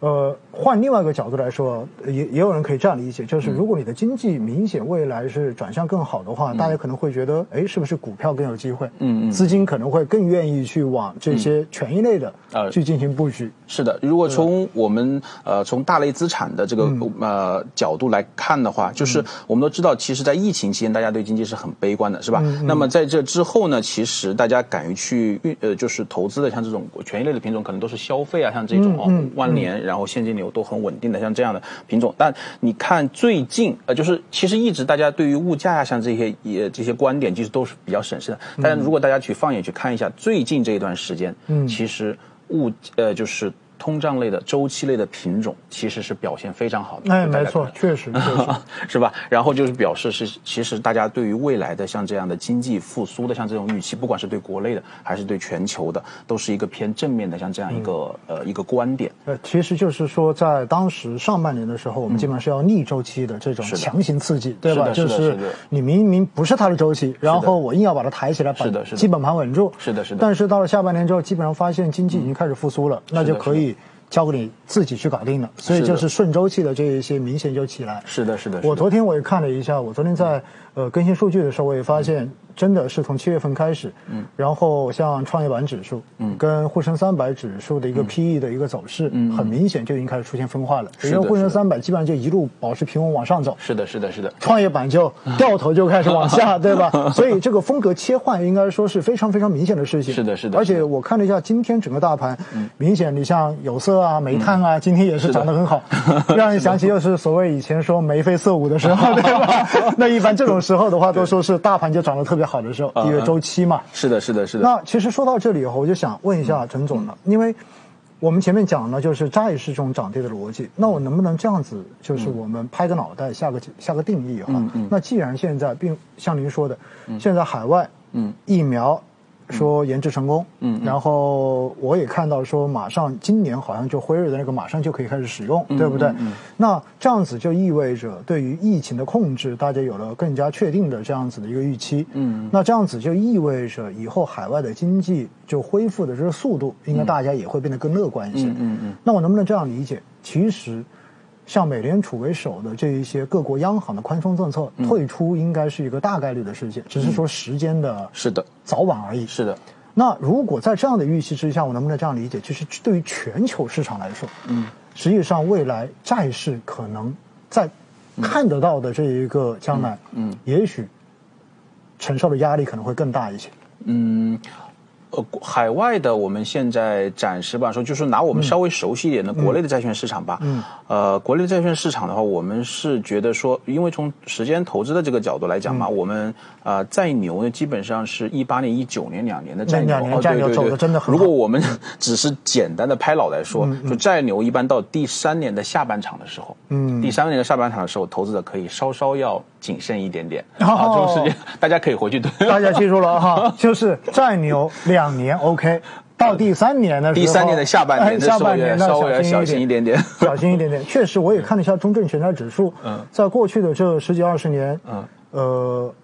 呃，换另外一个角度来说，也也有人可以这样理解，就是嗯如果你的经济明显未来是转向更好的话，大家可能会觉得，哎，是不是股票更有机会？嗯嗯嗯嗯资金可能会更愿意去往这些权益类的呃去进行布局。是的，如果从我们呃从大类资产的这个、呃角度来看的话，就是我们都知道，其实，在疫情期间，大家对经济是很悲观的，是吧？那么在这之后呢，其实大家敢于去运呃就是投资的，像这种权益类的品种，可能都是消费啊，像这种哦，万联，嗯然后现金流都很稳定的，像这样的品种。但你看最近呃，就是其实一直大家对于物价呀、像这些也这些观点，其实都是比较审慎的。但嗯如果大家去放眼去看一下最近这一段时间，嗯，其实。物呃就是通胀类的、周期类的品种，其实是表现非常嗯好的。哎，就大没家错看，确实确实。是吧？然后就是表示是，其实大家对于未来的像这样的经济复苏的像这种预期，不管是对国内的还是对全球的，都是一个偏正面的像这样一个、嗯呃一个观点。呃，其实就是说，在当时上半年的时候，我们基本上是要逆周期的这种嗯的强行刺激，对吧？是就的是的是是的你明明不是它的周期，然后我硬要把它抬起来，把是的是的基本盘稳住。是的是的嗯但是到了下半年之后，基本上发现经济已经开始复苏了，那是的就可以交给你自己去搞定了。所以是的就是顺周期的这一些明显就起来。是的，是的，是的我昨天我也看了一下，我昨天在呃更新数据的时候，我也发现真的是从七月份开始，嗯，然后像创业板指数，嗯，跟沪深三百指数的一个嗯 PE 的一个走势，嗯，很明显就已经开始出现分化了，是因的为沪深是的三百基本上就一路保持平稳往上走。是的，是的，是的。创业板就啊掉头就开始往 下，对吧？所以这个风格切换应该说是非常非常明显的事情。是的是的而是且的嗯我看了一下今天整个大盘，明显你像有色啊、煤炭啊，今天也是涨得很好， 让人想起又是所谓以前说眉飞色舞的时候，对 吧？那一般这种时候的话，都说是大盘就涨得特别好的时候，啊因为周期嘛。是的，是的，嗯是的，那其实说到这里以后，我就想问一下陈总了，因为我们前面讲了就是债是这种涨跌的逻嗯辑，那我能不能这样子，就是我们拍个脑袋下个下个定义哈？嗯那既然现在并像您说的，现在海外嗯疫苗说研制成功，嗯嗯然后我也看到说马上今年好像就辉瑞的那个马上就可以开始使嗯用，对不对？那这样子就意味着对于疫情的控制，大家有了更加确定的这样子的一个预期，嗯嗯那这样子就意味着以后海外的经济就恢复的这个速度，应该大家也会变得更乐观一些。嗯嗯嗯那我能不能这样理解？其实，像美联储为首的这一些各国央行的宽松政策、嗯退出，应该是一个大概率的事件，只是说时间的是的，早晚而已。是的。那如果在这样的预期之下，我能不能这样理解？其实对于全球市场来说，嗯，实际上未来债市可能在看得到的这一个将来，嗯，也许承受的压力可能会更大一些。嗯，呃，海外的我们现在暂时吧说，就是拿我们稍微熟悉一点的国内的债券市场吧。嗯，呃，国内债券市场的话，我们是觉得说，因为从时间投资的这个角度来讲嘛，嗯我们呃债牛呢，基本上是一八年、一九年两年的债牛，那两年哦债牛对对走对得真的很好如果我们只是简单的拍脑袋说，就债牛一般到第三年的下半场的时候，嗯第三年的下半场的时候，投资者可以稍稍要谨慎一点点。哦啊，这种时间大家可以回去对。大家记住了 哈，就是债牛两年 OK，到第三年的时候， 第三年的下半年哎的时候 下半年呢稍微要小心一点点 小心一点点。确实，我也看了一下中证全债指数，在过去的这十几二十年，嗯呃，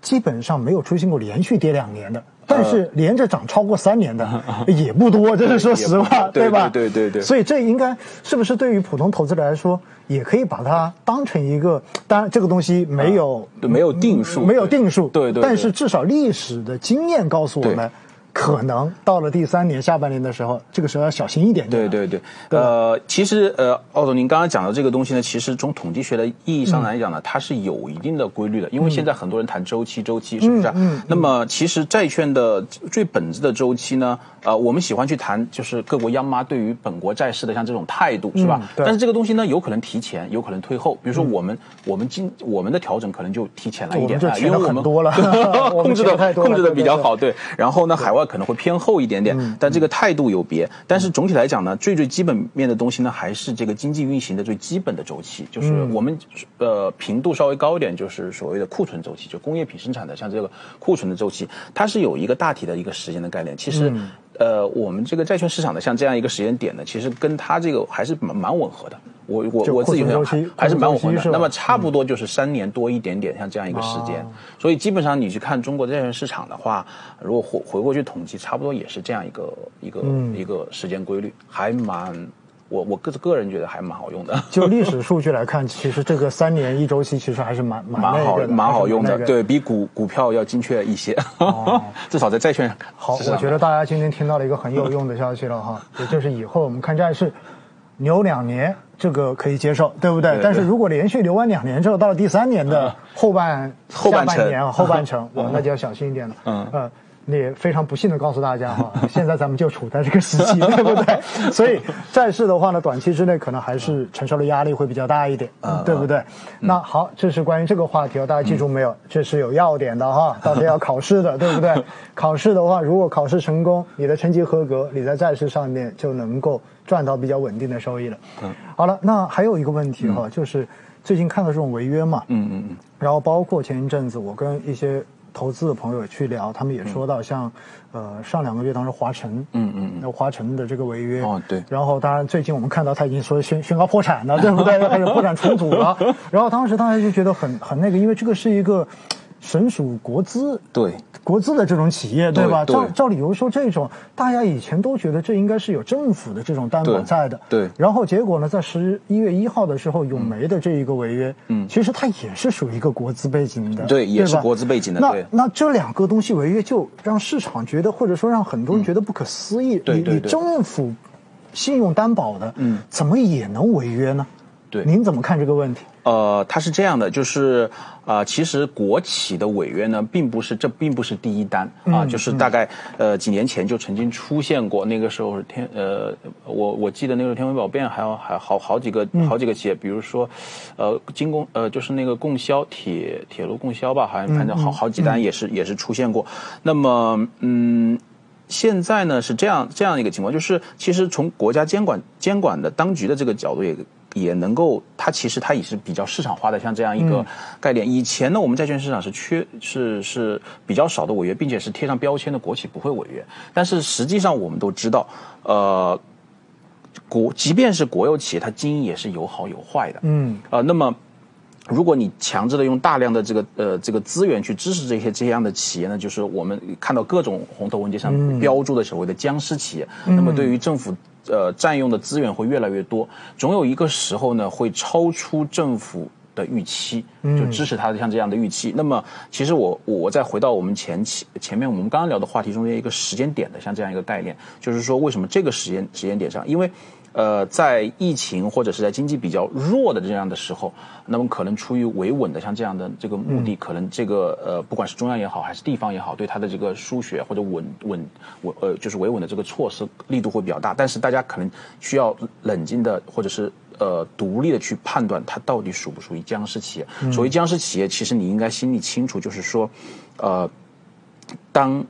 基本上没有出现过连续跌两嗯年的。但是连着涨超过三年的也不多，这是说实也不话多，对吧？对对对对所以这应该是不是对于普通投资者来说，也可以把它当成一个，当然这个东西没有嗯对没有定数没有定数，对对对但是至少历史的经验告诉我们对，可能到了第三年下半年的时候，这个时候要小心一点点对了。对对，呃，其实呃，奥总，您刚刚讲的这个东西呢，其实从统计学的意义嗯上来讲呢，它是有一定的规律的，因为现在很多人谈周期，周期是不是啊？嗯嗯那么其实债券的最本质的周期呢，呃，我们喜欢去谈就是各国央妈对于本国债市的像这种态度，是吧？嗯对嗯但是这个东西呢，有可能提前，有可能退后。比如说我们、我们今我们的调整可能就提前了一我们点，就啊提因为得我很们多了 我们控制提得太的多了控制的比较对对对嗯好。对，然后呢，海外可能会偏厚一点点，但这个态度有别。但是总体来讲呢，最最基本面的东西呢，还是这个经济运行的最基本的周期，就是嗯我们、呃频度稍微高一点，就是所谓的库存周期，就工业品生产的像这个库存的周期，它是有一个大体的一个时间的概念。其实。嗯呃，我们这个债券市场的像这样一个时间点呢，其实跟它这个还是蛮蛮吻合的。我我就我自己库存觉得周期还还是蛮吻合库存周期是的。吧那么差不多就是三年多一点点，像这样一个时哦间。所以基本上你去看中国债券市场的话，如果嗯回回过去统计，差不多也是这样一个一个、一个时间规律，还蛮我我个个人觉得还蛮好用的。就历史数据来看，其实这个三年一周期其实还是蛮 蛮蛮那好个的蛮好用还的是，蛮那个对比股股票要精确一些， 至少在债券上看。好，是这我样觉得大家今天听到了一个很有用的消息了哈，也就是以后我们看债市，留两年这个可以接受，对不对？对但是对嗯如果连续留完两年之后，到了第三年的后半、后下半半程 年啊后半程，我们那就要小心一点了。嗯呃。也非常不幸的告诉大家哈， 现在咱们就处在这个时 期，对不对？ 所以债市的话呢，短期之内可能还是承受的压力会比较大一点，嗯嗯对不对？那好，这是关于这个话题哦，大家记住没有？这是有要点的 哈，到时要考试的，对不对？考试的话，如果考试成功，你的成绩合格，你在债市上面就能够赚到比较稳定的收益了。嗯，好了，那还有一个问题哈，就是最近看到这种违约嘛，嗯嗯嗯。然后包括前一阵子我跟一些投资的朋友去聊，他们也说到像，呃，上两个月当时华晨，嗯嗯嗯那华晨的这个违约，哦对然后当然最近我们看到他已经说宣宣告破产 了，对不对？开始破产重组了，然后当时大家就觉得很很那个，因为这个是一个省属国资，对。国资的这种企业，对吧？对照照理由说，这种大家以前都觉得这应该是有政府的这种担保对在的，对然后结果呢，在十一月一号的时候，咏梅的这一个违约，嗯，其实它也是属于一个国资背景的，对也是吧国资背景的那对那这两个东西违约，就让市场觉得，或者说让很多人觉得不可思议。嗯对对你你对政府信用担保的，嗯，怎么也能违约呢？对您怎么看这个问题？呃，它是这样的，就是呃，其实国企的违约呢，并不是这并不是第一单啊，就是大概呃几年前就曾经出现过，那个时候是天呃，我我记得那个时候天文保变还有还好好几个好几个企业，比如说呃京工呃就是那个供销铁铁路供销吧，好像反正好好几单也是也是出现过，那么嗯。现在呢是这样这样一个情况，就是其实从国家监管监管的当局的这个角度也也能够，它其实它也是比较市场化的，像这样一个概念。以前呢，我们债券市场是缺是是比较少的违约，并且是贴上标签的国企不会违约。但是实际上我们都知道，呃，国即便是国有企业，它经营也是有好有坏的。嗯，呃，那么。如果你强制的用大量的这个呃这个资源去支持这些这样的企业呢，就是我们看到各种红头文件上标注的所谓的僵尸企业，那么对于政府呃占用的资源会越来越多，总有一个时候呢会超出政府。的预期，就支持它的像这样的预期。那么，其实我我我再回到我们前期前面我们刚刚聊的话题中间一个时间点的像这样一个概念，就是说为什么这个时间时间点上，因为呃，在疫情或者是在经济比较弱的这样的时候，那么可能出于维稳的像这样的这个目的，可能这个呃，不管是中央也好，还是地方也好，对它的这个输血或者稳稳稳呃，就是维稳的这个措施力度会比较大。但是大家可能需要冷静的，或者是呃独立的去判断它到底属不属于僵尸企业。所谓僵尸企业，其实你应该心里清楚，就是说，呃，当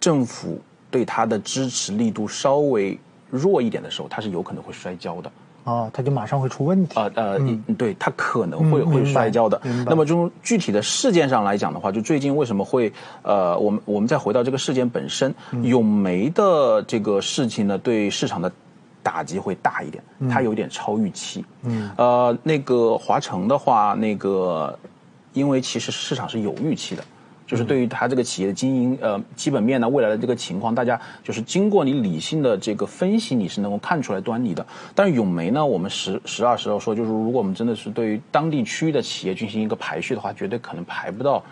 政府对它的支持力度稍微弱一点的时候，它是有可能会摔跤的。啊，它就马上会出问题。呃呃，对，它可能会、嗯会明白摔跤的明白。那么从具体的事件上来讲的话，就最近为什么会呃，我们我们再回到这个事件本身，嗯咏梅的这个事情呢，对市场的打击会大一点，嗯它有点超预期。嗯，呃，那个华城的话，那个因为其实市场是有预期的。嗯就是对于它这个企业的经营，呃，基本面呢，未来的这个情况，大家就是经过你理性的这个分析，你是能够看出来端倪的。但是咏梅呢，我们实实二实二说，就是如果我们真的是对于当地区域的企业进行一个排序的话，绝对可能排不到，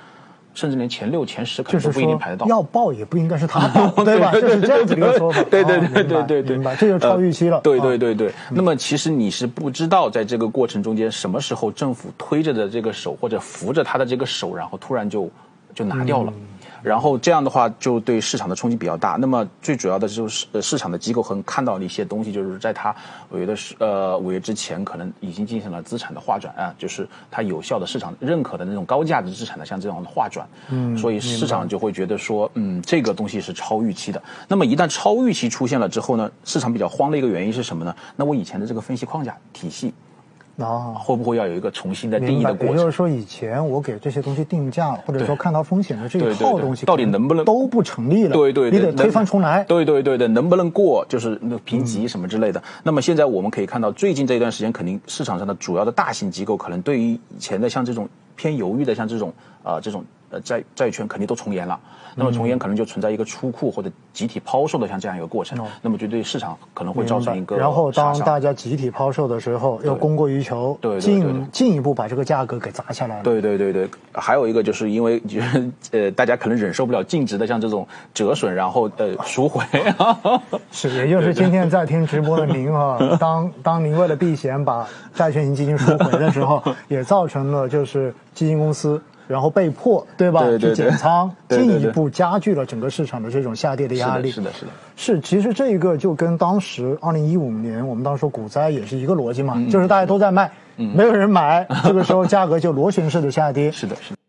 甚至连前六、前十可就能是都不一定说排得到。要报也不应该是 他报， 对吧？就是这样子的一个说法。对对啊对对对对，明白，这就超预期了。呃对对啊，对对。那么其实你是不知道，在这个过程中间，什么时候政府推着的这个手或者扶着他的这个手，然后突然就就拿掉嗯了。然后这样的话，就对市场的冲击比较大。那么最主要的就是呃市场的机构很看到的一些东西，就是在它违约的时呃违约之前，可能已经进行了资产的划转啊，就是它有效的市场认可的那种高价值资产的，像这种的划转。嗯，所以市场就会觉得说，嗯，这个东西是超预期的。那么一旦超预期出现了之后呢，市场比较慌的一个原因是什么呢？那我以前的这个分析框架体系啊，会不会要有一个重新的定明义白的。也过就是程？说，以前我给这些东西定价，或者说对看到风险的这一对对套对东西，到底能不能都不成立了？对对对，你得能推翻重来。对对对对，能不能过就是那个评级什么之类的。那么现在我们可以看到，最近这一段时间，肯定市场上的主要的大型机构可能对于以前的像这种偏犹豫的，像这种啊、呃这种呃债债券肯定都重演了，那么重嗯演可能就存在一个出库或者集体抛售的像这样一个过程，那么就对市场可能会造成一个然后当杀伤大家集体抛售的时候，又供过于求，对对对对进进一步把这个价格给砸下来了。对对对对，还有一个就是因为就是呃，大家可能忍受不了净值的像这种折损，然后呃赎回。 是，也就是今天在听直播的您 啊，当当您为了避嫌把债券型基金赎回的时 候，也造成了就是基金公司。然后被迫，对吧？对对去对减仓， 对对对进一步加剧了整个市场的这种下跌的压力。是的，是的，是，其实这一个就跟当时二零一五年我们当时说股灾也是一嗯 个逻辑嘛，就是大家都在卖，没有人买，这个时候价格就螺旋式的下跌。是的，是的，是的。